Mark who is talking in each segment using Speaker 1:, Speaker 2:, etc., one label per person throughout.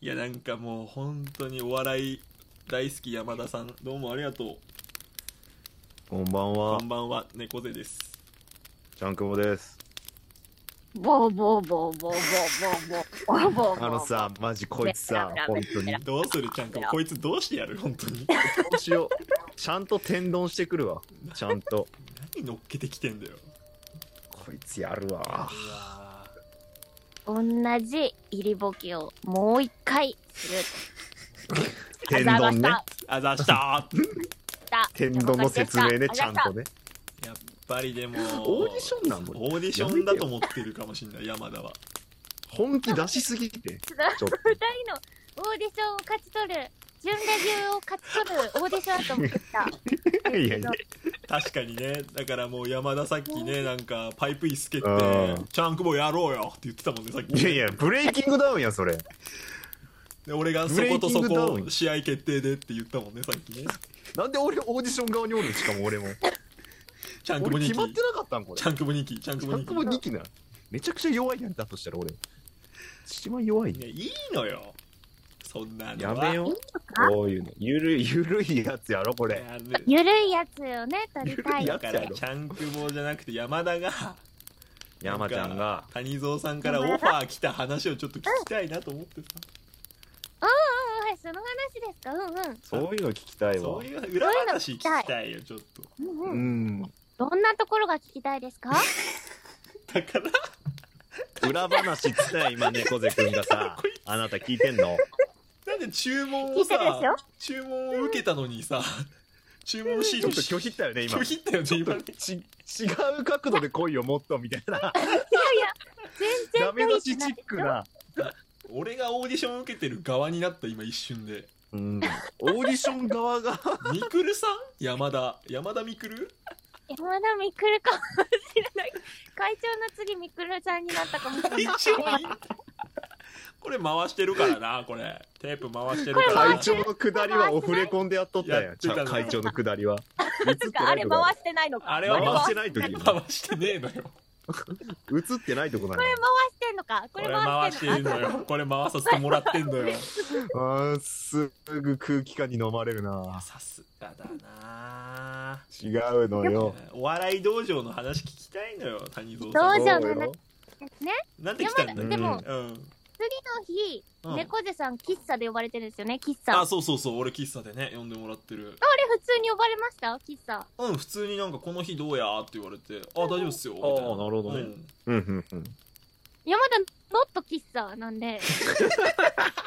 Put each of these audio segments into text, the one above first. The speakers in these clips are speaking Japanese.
Speaker 1: いやなんかもう本当にお笑い大好き山田さんどうもありがとう
Speaker 2: こんばんは
Speaker 1: こん。ばんは猫背です
Speaker 2: ちゃんくぼです。
Speaker 3: ボーボーボーボーボーボーボーボーボー
Speaker 2: あのさ、マジこいつさ
Speaker 3: ダメダ、メ
Speaker 2: 本当に。ど
Speaker 1: どうするちゃんとこいつどうしてやる本当 に
Speaker 2: うしよう。ちゃんと天丼してくるわ。ちゃんと。
Speaker 1: 何乗っけてきてんだよ
Speaker 2: こいつやるわ。
Speaker 1: うわー
Speaker 3: 同じ入りぼけをもう一回する
Speaker 2: 天丼ね。
Speaker 3: あ
Speaker 1: あざしたーやっ
Speaker 3: ざがした
Speaker 2: 天丼の説明ね、ちゃんとね。
Speaker 1: ぱりでも
Speaker 2: オーディションなんも
Speaker 1: オーディションだと思ってるかもしんない山田は
Speaker 2: 本気出しすぎて。
Speaker 3: ちょっ
Speaker 2: ちょっと
Speaker 3: 二人のオーディションを勝ち取る純レビューを勝ち取るオーディションだと思ってた
Speaker 2: いやいや、
Speaker 1: 確かにねだからもう山田さっきねなんかパイプ椅子蹴っ
Speaker 2: う
Speaker 1: て
Speaker 2: ん
Speaker 1: 「ちゃんくぼやろうよ」って言ってたもんねさっき
Speaker 2: いやいや、ブレイキングダウンや、それ。
Speaker 1: で俺がそことそ
Speaker 2: ブレイキングダウ
Speaker 1: こ
Speaker 2: ン
Speaker 1: 試合決定でって言ったもんねさっきね
Speaker 2: なんで俺オーディション側におるんしかも俺も。
Speaker 1: ちゃんくぼ
Speaker 2: 俺
Speaker 1: 2
Speaker 2: 決まっ
Speaker 1: 期
Speaker 2: てなかったんこれ。
Speaker 1: ち
Speaker 2: ちゃ
Speaker 1: ゃんくぼ2期ちゃんくぼ
Speaker 2: んとも
Speaker 1: 2
Speaker 2: 2期な。めちゃくちゃ弱いやんだとしたら俺。一番弱い
Speaker 1: 期い
Speaker 2: ね。
Speaker 1: やいいのよそんなの
Speaker 2: や
Speaker 1: は
Speaker 2: めよう。こういうの。ゆる い、ゆるいやつやろ、これ。
Speaker 1: やる
Speaker 3: ゆるいやつよね取りた
Speaker 2: ゆ
Speaker 3: い
Speaker 2: るい
Speaker 1: だ
Speaker 2: やつ
Speaker 1: からちゃんくぼじゃなくて山田が
Speaker 2: 山ちゃんが。
Speaker 1: 谷蔵さんからオファー来た話をちょっと聞きたいなと思ってさ
Speaker 3: うんうんその話ですかうんうん
Speaker 2: そういうの聞きたい
Speaker 1: そ
Speaker 2: わ
Speaker 1: う。いう裏話聞きたいよちょっと
Speaker 3: うん
Speaker 2: う
Speaker 3: うん、
Speaker 2: ん。
Speaker 3: どんなところが聞きたいですか
Speaker 1: だから
Speaker 2: 裏話っつ ったよ、今、猫背くんがさ。あなた聞いてんの
Speaker 1: なんで注文
Speaker 3: 聞
Speaker 1: を
Speaker 3: いてるで
Speaker 1: さ
Speaker 3: しょ
Speaker 1: 注文を受けたのにさ注文シー
Speaker 2: ちょ
Speaker 1: ト
Speaker 2: っと拒否ったよね、今
Speaker 1: 拒。否ったよね今ね
Speaker 2: ち違う角度で来いよ、もっと、みたいな。
Speaker 3: 全然
Speaker 2: ダメ出しチックな。
Speaker 1: 俺がオーディション受けてる側になった今一瞬で
Speaker 2: うん。オーディション側が。
Speaker 1: みくるさん山田山田みくる
Speaker 3: 山田みくるかもしれない会長の次みくるさんになったかもしれない
Speaker 1: 一応いいこれ回してるからなこれテープ回してるから
Speaker 3: これ
Speaker 2: 会
Speaker 3: 回して
Speaker 2: 長のくだりはオフレコンでやっとった
Speaker 1: や
Speaker 2: や
Speaker 1: っ
Speaker 2: ん。
Speaker 1: て
Speaker 2: ち
Speaker 1: た
Speaker 2: ゃ
Speaker 1: な
Speaker 2: う会長のくだりは。映って
Speaker 3: あ
Speaker 2: ない
Speaker 3: れ
Speaker 2: とこ
Speaker 3: 回してないのか
Speaker 1: あれは
Speaker 2: 回
Speaker 1: 回
Speaker 2: し
Speaker 1: して
Speaker 2: ないときに。
Speaker 1: 回してねえのよ
Speaker 2: 映ってないとこな
Speaker 3: こ
Speaker 2: の
Speaker 3: れ
Speaker 2: よ。
Speaker 3: 回してんのかこ
Speaker 1: こ
Speaker 3: れ
Speaker 1: れ
Speaker 3: 回
Speaker 1: 回
Speaker 3: し
Speaker 1: してて
Speaker 3: んの
Speaker 1: るのよこれ回させてもらってんのよ
Speaker 2: あーすぐ空気感に飲まれるな。
Speaker 1: さすがだな
Speaker 2: 違うのよ。
Speaker 1: お笑い道場の話聞きたいのよ谷蔵
Speaker 3: 道
Speaker 1: さ
Speaker 3: 場
Speaker 1: ん
Speaker 3: の
Speaker 2: そう
Speaker 3: 話
Speaker 2: よ
Speaker 3: ですね
Speaker 1: なんで来たんだよ
Speaker 2: でも
Speaker 1: うん
Speaker 3: 次
Speaker 1: う
Speaker 3: の
Speaker 1: ん
Speaker 3: 日猫背さん喫茶で呼ばれてるんですよね喫茶あ
Speaker 1: あ
Speaker 3: れ
Speaker 1: そうそうそう俺喫茶でね呼んでもらってる
Speaker 3: 普通に呼ばれました喫茶
Speaker 1: うん普通になんかこの日どうやって言われてあ大丈夫っすよみたい
Speaker 2: あーなるほど
Speaker 1: う
Speaker 2: ね
Speaker 1: ん
Speaker 2: うんうんうん。
Speaker 3: 山田ノット喫茶な んで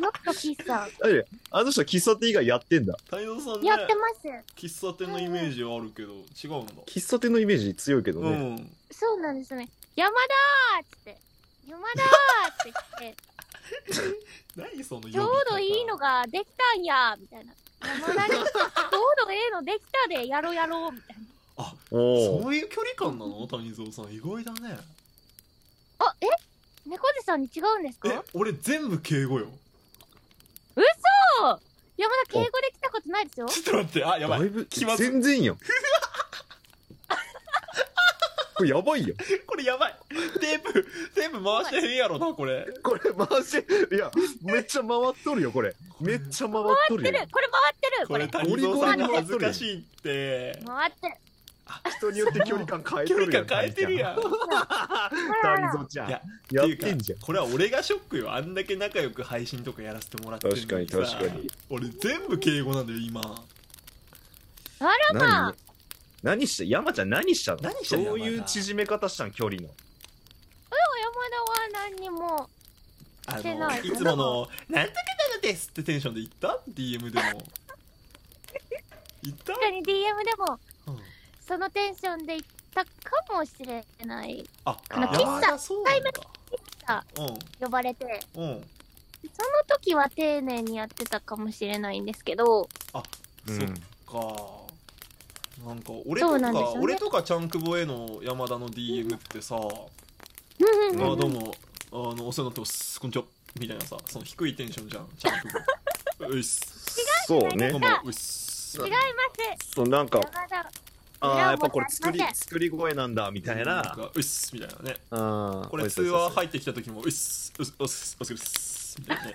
Speaker 3: ノット喫茶
Speaker 2: だってあの人喫茶店以外やってんだ。
Speaker 1: 谷蔵さんね
Speaker 3: やってます
Speaker 1: 喫茶店のイメージはあるけど違うんだ
Speaker 2: 喫茶店のイメージ強いけど
Speaker 1: う
Speaker 2: ね。
Speaker 1: ん
Speaker 3: そうなんですね山田ーっつって山田ーって 来て
Speaker 1: 何その呼び
Speaker 3: ちょ
Speaker 1: 方
Speaker 3: うどいいのができたんやみたいな 山田にちょうどええのできたでやろうやろうみたいな
Speaker 1: あ
Speaker 2: おお
Speaker 1: そ。ういう距離感なの谷蔵さん意外だね
Speaker 3: あえ猫背さんに違うんですか
Speaker 1: え俺全部敬語よ
Speaker 3: 嘘山田敬語で来たことないですよ
Speaker 1: ちょっと待ってあやば
Speaker 2: だ
Speaker 1: い
Speaker 2: いぶ
Speaker 1: 気まずい
Speaker 2: 全 然やん。これやばいよ。
Speaker 1: これやばいテープテープ回してへんやろなこれ
Speaker 2: これ回して、いや、めっちゃ回っとるよ、これ。めっちゃ回っと
Speaker 3: 回
Speaker 2: る
Speaker 3: って
Speaker 2: よ
Speaker 3: る。これ回ってる
Speaker 1: こ
Speaker 3: こ
Speaker 1: れ
Speaker 3: れ
Speaker 1: 谷蔵さんが恥ずかしいって
Speaker 3: 回ってる
Speaker 2: 人によって距離感変え
Speaker 1: 距
Speaker 2: とる
Speaker 1: 離
Speaker 2: よ。
Speaker 1: 感変えてるやん
Speaker 2: 谷蔵ちゃん。
Speaker 1: いや
Speaker 2: 谷蔵ちゃん。やってん
Speaker 1: って
Speaker 2: じ
Speaker 1: い
Speaker 2: ゃ
Speaker 1: うかこれは俺がショックよあんだけ仲良く配信とかやらせてもらってるのにさ
Speaker 2: 確かに確かに
Speaker 1: 俺全部敬語なんだよ今
Speaker 3: あら
Speaker 2: ん。
Speaker 3: まあ
Speaker 2: 何何した山ちゃん何したの
Speaker 1: 何したの
Speaker 2: どう
Speaker 1: 山
Speaker 2: い
Speaker 1: 田
Speaker 2: う縮め方したん距離の。
Speaker 3: 山田は何にも
Speaker 1: あ
Speaker 3: してな
Speaker 1: の
Speaker 3: い
Speaker 1: いつもの「なんとかなのです」ってテンションで言った ?DM でも言った、
Speaker 3: 確かに DM でも
Speaker 1: うん、
Speaker 3: そのテンションで行ったかもしれない
Speaker 1: あ
Speaker 3: あ
Speaker 2: の
Speaker 1: 山田そうなんだ
Speaker 3: 茶
Speaker 1: う
Speaker 3: 呼ばれて
Speaker 1: んうん
Speaker 3: その時は丁寧にやってたかもしれないんですけど
Speaker 1: そっ
Speaker 2: うん
Speaker 1: かなんか俺
Speaker 3: そう
Speaker 1: と
Speaker 3: なん
Speaker 1: か、
Speaker 3: ですよね
Speaker 1: 俺とかちゃんくぼへの山田の DM ってさ、
Speaker 3: うんうん
Speaker 1: あ
Speaker 3: うん
Speaker 1: ーどうもあのお世話になってますこんにちはみたいなさその低いテンションじゃんちゃんとういっす
Speaker 2: そう
Speaker 3: 違
Speaker 2: ね
Speaker 1: どう。もういっす
Speaker 3: 違います
Speaker 2: そう、なんか、
Speaker 3: 山田
Speaker 2: あ
Speaker 3: いや
Speaker 2: あ、やっぱこれ
Speaker 3: もう
Speaker 2: 作り
Speaker 3: すいませ、ん
Speaker 2: 作り声なんだ、みたい
Speaker 1: なん
Speaker 2: な。
Speaker 1: かうっすみたいなね
Speaker 2: うん
Speaker 1: これ通話入ってきた時もうっすうっすうっすうっすうっすみたいなね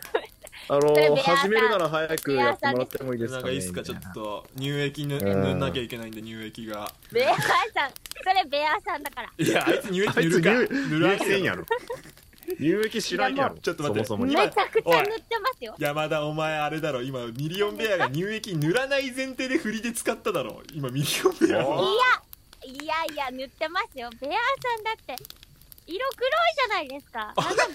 Speaker 2: あの
Speaker 3: それベアさん
Speaker 2: 始めるなら早くやってもらってもいいです
Speaker 1: なん
Speaker 2: か
Speaker 1: か
Speaker 2: ね
Speaker 1: いいっすかちょ
Speaker 2: みた
Speaker 1: っ
Speaker 2: いな
Speaker 1: と乳液ぬ
Speaker 2: うん
Speaker 1: 塗んなきゃいけないんで乳液が
Speaker 3: ベアさん、それベアさんだから。
Speaker 1: いやあいつ乳
Speaker 2: あ
Speaker 1: 液
Speaker 2: い
Speaker 1: 塗
Speaker 2: つ
Speaker 1: るか
Speaker 2: 乳
Speaker 1: 塗
Speaker 2: 乳
Speaker 1: ら
Speaker 2: 液せんやろ乳液知らんやろ
Speaker 1: ちょっと待って
Speaker 2: そもそも
Speaker 3: め
Speaker 2: に
Speaker 3: ちゃくち
Speaker 1: お
Speaker 3: ゃ
Speaker 1: い
Speaker 3: 塗ってますよ。
Speaker 1: 山田お前あれだろ今ミリオンベアが乳液塗らない前提で振りで使っただろ今ミリオンベア
Speaker 2: お
Speaker 1: を
Speaker 3: いやいや、塗ってますよ。ベアさんだって、色黒いじゃないです か。あの美白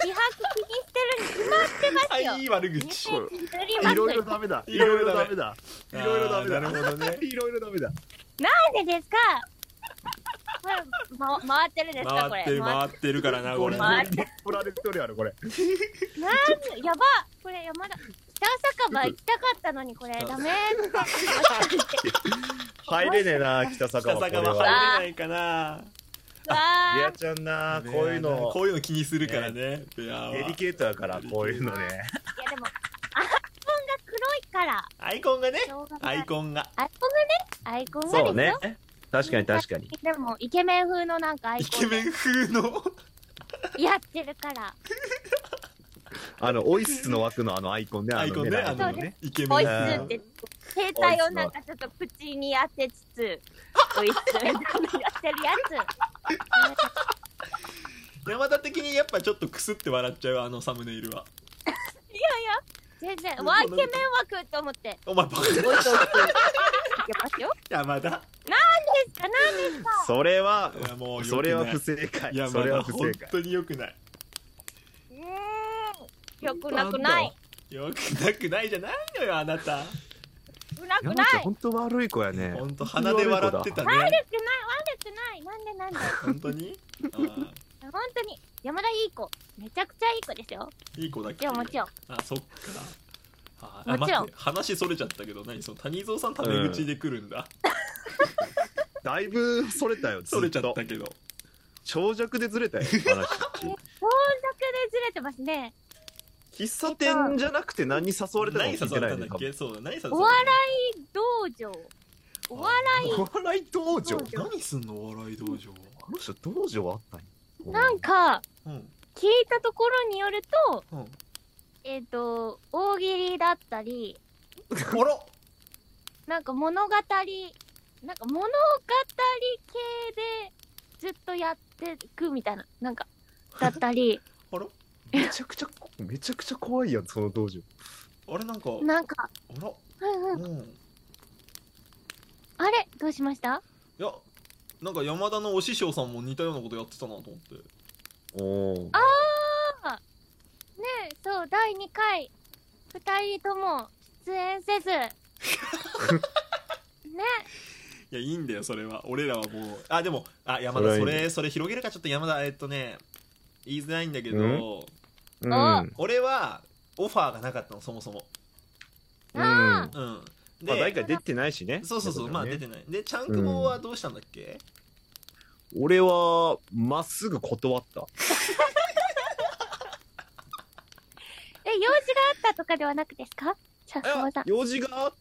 Speaker 3: 気にしてるに決まってますよ。
Speaker 1: はい悪
Speaker 3: 乳
Speaker 1: 口
Speaker 3: 液塗ります
Speaker 2: いろいろ
Speaker 3: よ。
Speaker 2: ダメだ
Speaker 1: い
Speaker 2: い
Speaker 1: ろ
Speaker 2: ろ
Speaker 1: い
Speaker 2: い
Speaker 1: ろ
Speaker 2: ろ
Speaker 1: ダ
Speaker 2: ダ
Speaker 1: メ
Speaker 2: メだ
Speaker 1: あ
Speaker 2: い
Speaker 1: ー
Speaker 2: ろいろダメだ
Speaker 1: なるほどね
Speaker 2: いろいろダメだ
Speaker 3: なんでですかこれ、ま、回ってるんですかこれ。
Speaker 1: 回ってる
Speaker 3: 回っ
Speaker 1: 回ってるからなこれ
Speaker 3: 回っ
Speaker 2: プラレクトリアルこれ
Speaker 3: なんでやばこれ山田、北酒場行きたかったのにこ れ、ダメ
Speaker 2: 入れねえな北
Speaker 1: 北
Speaker 2: 坂はこれ
Speaker 1: 坂は
Speaker 2: は
Speaker 1: 入れないかな
Speaker 2: リ
Speaker 3: わ
Speaker 2: ア
Speaker 3: ー
Speaker 2: ちゃんなこういうの
Speaker 1: こういうの気にするからねベアは
Speaker 2: デリケートだからこういうのね
Speaker 3: いやでも、アイコンが黒いから、
Speaker 1: アイコンがね
Speaker 3: しょうがな
Speaker 1: ア
Speaker 3: い
Speaker 1: イコンが
Speaker 3: アイコンがね、アイコンがですよ。
Speaker 2: 確かに確かに
Speaker 3: でも、イケメン風のなんかアイ
Speaker 1: イ
Speaker 3: コ
Speaker 1: ケ
Speaker 3: ン
Speaker 1: メン風の
Speaker 3: やってるから。
Speaker 2: あのオイスの枠のあのアイコンね
Speaker 1: アイコンねあ
Speaker 2: あ
Speaker 1: の
Speaker 2: の
Speaker 1: ね
Speaker 2: ね
Speaker 1: イケ
Speaker 3: オ
Speaker 1: メン
Speaker 3: イス
Speaker 2: ね
Speaker 3: って、携帯をなんかちょっと口に当てつつ、オイスみたいなのやってるや
Speaker 1: 山田的にやっぱちょっとくすって笑っちゃうあのサムネイルは
Speaker 3: つ。いやいや、全 然、ワーケメン枠と思って、や
Speaker 1: お前バカだ
Speaker 3: ますよ。
Speaker 1: 山田
Speaker 3: 何ですか、何ですか。
Speaker 2: それはい
Speaker 1: やもうよくない
Speaker 2: それは不正解
Speaker 1: いや
Speaker 2: そ
Speaker 1: ま
Speaker 2: れ
Speaker 1: だ
Speaker 2: は不
Speaker 1: 本
Speaker 2: 正解
Speaker 1: 当に良くないう
Speaker 3: ーん。よくなくない。
Speaker 1: 良くなくないじゃないのよあなた
Speaker 3: うなく
Speaker 2: 山
Speaker 3: な
Speaker 2: ちゃん
Speaker 3: い。
Speaker 2: 本当悪い子やね
Speaker 1: 本当鼻で笑ってたね
Speaker 3: 悪くない、悪くない。なんでなんで。
Speaker 1: 本当にあ
Speaker 3: 本当に、山田いい子。めちゃくちゃいい子ですよ。
Speaker 1: ーいい子だっけ
Speaker 3: でももちろん。
Speaker 1: あそっかあーあ
Speaker 3: もちろん
Speaker 1: 待って話それちゃったけど何その谷蔵さんタメ口で来るんだ、
Speaker 2: だいぶそれたよず
Speaker 1: それ
Speaker 2: っ
Speaker 1: ちゃっ
Speaker 2: と
Speaker 1: たけど
Speaker 2: 長尺でずれたよ話
Speaker 3: 本作でずれてますね。
Speaker 2: 喫茶店じゃなくて何に誘われたのか
Speaker 1: 何
Speaker 2: 聞
Speaker 1: 誘
Speaker 2: いて
Speaker 1: わ
Speaker 2: な
Speaker 1: れた
Speaker 2: い
Speaker 1: んだ
Speaker 2: ね
Speaker 1: っけそうだ何誘
Speaker 3: お
Speaker 1: わ
Speaker 3: 笑
Speaker 1: れ
Speaker 3: い道場。お笑
Speaker 2: お笑い道場
Speaker 3: 道
Speaker 1: たの何すんのお笑い道場
Speaker 2: あの人道場あったん
Speaker 3: い。
Speaker 2: や
Speaker 3: なんか、
Speaker 1: うん
Speaker 3: 聞いたところによると、
Speaker 1: うん
Speaker 3: えっ、と、大喜利だったり、
Speaker 1: おろ
Speaker 3: なんか物語、なんか物語系でずっとやってくみたいな、なんか、だったり、
Speaker 1: あら
Speaker 2: めちゃくちゃめちゃくちゃ怖いやんその道場
Speaker 1: あれなんかあ
Speaker 3: なんか、
Speaker 1: ら
Speaker 3: うんうん、
Speaker 1: うん
Speaker 3: あれどうしました
Speaker 1: いやなんか山田のお師匠さんも似たようなことやってたなと思って
Speaker 2: おー
Speaker 3: ああねえ、そう、第2回、二人とも出演せず、ね
Speaker 1: いやいいんだよそれは俺らはもうあでもあ山田そ
Speaker 2: それはいい
Speaker 1: れそれ広げるかちょっと山田えっとね言いづらいんだけど、
Speaker 2: うんう
Speaker 3: あ
Speaker 2: ん
Speaker 1: 俺はオファーがなかったのそもそも
Speaker 3: え、ああ、
Speaker 1: うんで、
Speaker 2: まあ、大体出てないしね。
Speaker 1: そうそうそう、まあ出
Speaker 2: て
Speaker 1: てないでチャンクボはどうしたんだっけ、
Speaker 2: 俺は、まっすぐ断った。
Speaker 3: え、用事があったとかではなくですかシャッフさん。
Speaker 2: 用事があ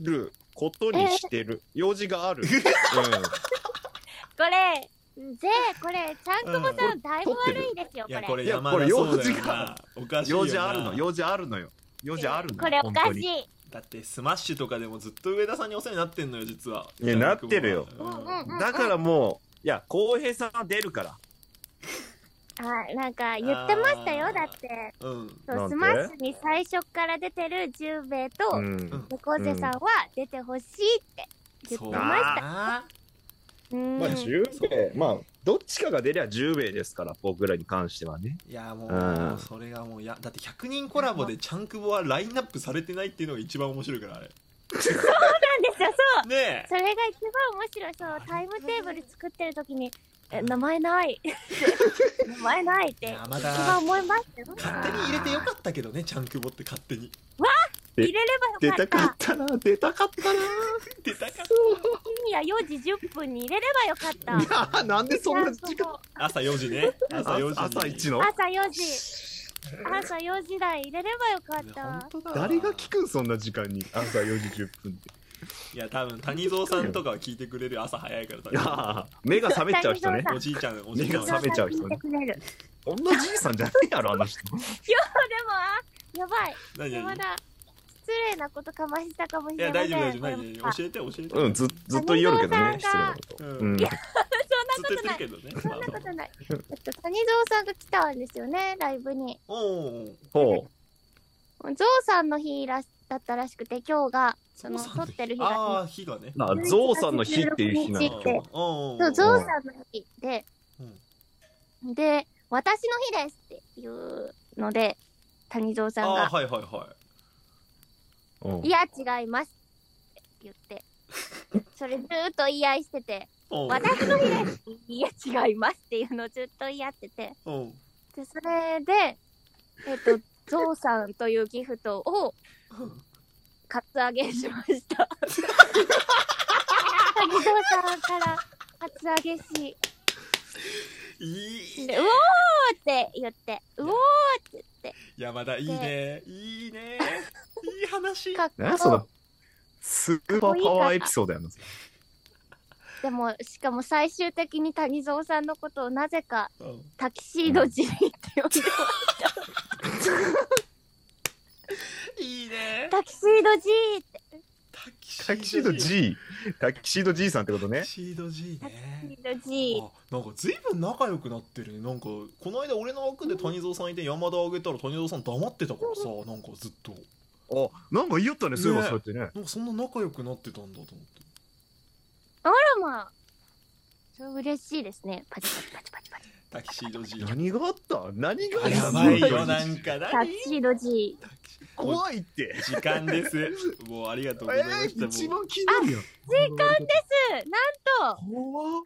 Speaker 2: ることにしてる。用事があ る。う
Speaker 3: これ、ぜ、これ、ちゃんくぼさん、だいぶ悪いですよ、
Speaker 1: いや
Speaker 3: こ
Speaker 1: こ
Speaker 3: れ。
Speaker 1: れ
Speaker 2: いや
Speaker 1: 山
Speaker 2: こ
Speaker 1: 田
Speaker 2: れ
Speaker 1: そうだよ
Speaker 2: 用事
Speaker 1: な
Speaker 2: が
Speaker 1: おか
Speaker 2: ん。
Speaker 1: しいよ
Speaker 2: 用
Speaker 1: な
Speaker 2: 事あるの、用事あるのよ。用事あるのよ。
Speaker 3: これおか
Speaker 2: 本当
Speaker 3: し
Speaker 2: に
Speaker 3: い。
Speaker 1: だってスマッシュとかでもずっと上田さんにお世話になってんのよ実はい
Speaker 2: やなってるよ
Speaker 1: うん
Speaker 3: うんうんうん
Speaker 2: だからもう、いや、浩平さんは出るから。
Speaker 3: あ、なんか、言ってました
Speaker 1: あ
Speaker 3: よ、
Speaker 1: ー
Speaker 3: だって。
Speaker 1: うん
Speaker 3: そう、
Speaker 2: なん
Speaker 3: ス
Speaker 2: て
Speaker 3: マッシュに最初から出てる十兵衛と、
Speaker 2: ん。
Speaker 3: 猫背さんは出てほしいって言って
Speaker 1: そう
Speaker 3: ま
Speaker 1: だ
Speaker 3: した。
Speaker 1: な
Speaker 3: うん
Speaker 2: まあ、十兵衛、まあ、どっちかが出りゃ十兵衛ですから、僕らに関してはね。
Speaker 1: いやも
Speaker 2: う
Speaker 1: うんそれがもういやだって100人コラボでチャンクボはラインナップされてないっていうのが一番面白いからあれ
Speaker 3: なんですよ、そう。
Speaker 1: ね
Speaker 3: それが一番面白い。そう、タイムテーブル作ってる時に、え、名前ない。 名前ないっ
Speaker 1: え
Speaker 3: て、
Speaker 1: 山
Speaker 3: 一
Speaker 1: 田
Speaker 3: 番思いましたよ。
Speaker 1: 勝手に入れてよかったけどねチャンクボって勝手に
Speaker 2: で
Speaker 3: 入れればよかっ
Speaker 2: た
Speaker 3: た。
Speaker 2: な、出たかったな。
Speaker 1: 出たか
Speaker 3: 深夜4時10分に入れればよかった。
Speaker 2: いやー、 なんでそんな時間。
Speaker 1: 朝4時ね朝4時に
Speaker 2: 朝一の
Speaker 3: 朝4時、朝4時台入れればよかっ
Speaker 1: いや
Speaker 3: た。
Speaker 1: 本当だ
Speaker 2: 誰が聞くんそんな時間に朝4時10分って
Speaker 1: いや多分谷蔵さんとかは聞いてくれるよ朝早いから多
Speaker 2: いや
Speaker 1: 分
Speaker 2: ー目が覚めちゃう 人ね
Speaker 1: おじいちゃんおじいちゃん
Speaker 2: 目が覚めちゃう人ね
Speaker 3: 聞いてくれる。
Speaker 2: こんなじいさんじゃないやろあの人
Speaker 3: 今日でも、あ、やばい。
Speaker 1: 何
Speaker 3: 山
Speaker 1: 何
Speaker 3: 田、失礼なことかましたかもし
Speaker 1: い
Speaker 3: れ
Speaker 1: や
Speaker 3: ませ
Speaker 1: 大
Speaker 3: ん。
Speaker 1: 丈夫大丈夫何
Speaker 3: これ
Speaker 1: 何
Speaker 3: は
Speaker 1: 教えて教えて、
Speaker 2: うん、ずずっと言おるけどね、失礼なこと。
Speaker 1: うん
Speaker 2: うん
Speaker 1: ずっ。
Speaker 3: そんなことと
Speaker 1: 言
Speaker 3: な
Speaker 1: って。る
Speaker 3: い
Speaker 1: けどね
Speaker 3: そんなことない。えっと、谷蔵さんが来たんですよね、ライブに。
Speaker 1: まあおうおう
Speaker 2: ほ
Speaker 3: ゾウさんの日らしだったらしくて、今日が、その、
Speaker 1: ゾウさん
Speaker 3: 撮ってる日
Speaker 1: あ
Speaker 3: が。
Speaker 1: あ火がね
Speaker 2: う。あ、ゾウさんの日っていう日な
Speaker 1: うんん
Speaker 2: だ。
Speaker 3: で
Speaker 1: おうおう
Speaker 3: そう、ゾウさんの日で、で、私の日ですっていうので、谷蔵さん
Speaker 1: あ
Speaker 3: が
Speaker 1: あ、はいはいはい
Speaker 2: うん
Speaker 3: いや、違いますって言って、それずーっと言い合いしてて、
Speaker 1: おう
Speaker 3: 私の日ですいや、違いますっていうのをずっと言い合ってて、
Speaker 1: おう
Speaker 3: で、それで、えっ、 と、ゾウさんというギフトを、カツアゲしました。ゾウさんから、カツアゲし、
Speaker 1: いい
Speaker 3: でうおーって言って、うおーって言っ
Speaker 1: 山田いいねいいねいい話
Speaker 3: て、かっ
Speaker 2: 何やそ
Speaker 3: こ
Speaker 2: の、スーパーパワーエピソードやな。
Speaker 3: でも、しかも最終的に谷蔵さんのことをなぜか、
Speaker 1: うん
Speaker 3: タキシードジリーって呼んで、
Speaker 1: いいね
Speaker 3: タキシードジーって、
Speaker 1: タ
Speaker 2: タキシード G。タキシード G さんってこと
Speaker 1: タ
Speaker 2: ね
Speaker 1: キ。シード G
Speaker 3: タキ
Speaker 1: ね
Speaker 3: シードジー。
Speaker 1: あなんかずいぶん仲良くなってるねなんかこの間俺の枠で谷蔵さんいて山田あげたら谷蔵さん黙ってたからさなんかずっと
Speaker 2: あ、なんか言いよったね、そういえばそうやってね。
Speaker 1: なんかそんな仲良くなってたんだと思って
Speaker 3: あらまあ、それ嬉しいですね。パチパチパチパチパチ。
Speaker 1: タキシード G
Speaker 2: 何があった何があった
Speaker 1: やばいよ
Speaker 2: 何があ
Speaker 1: な
Speaker 2: った
Speaker 1: んか
Speaker 3: タ
Speaker 1: 何
Speaker 3: キシードジー。
Speaker 2: 怖いって。
Speaker 1: 時間ですもうありがとう
Speaker 2: え
Speaker 1: ございまし
Speaker 2: ー、
Speaker 1: た
Speaker 2: 一
Speaker 1: もう
Speaker 2: 番気になるやん。時間
Speaker 3: なんと、
Speaker 2: 怖っ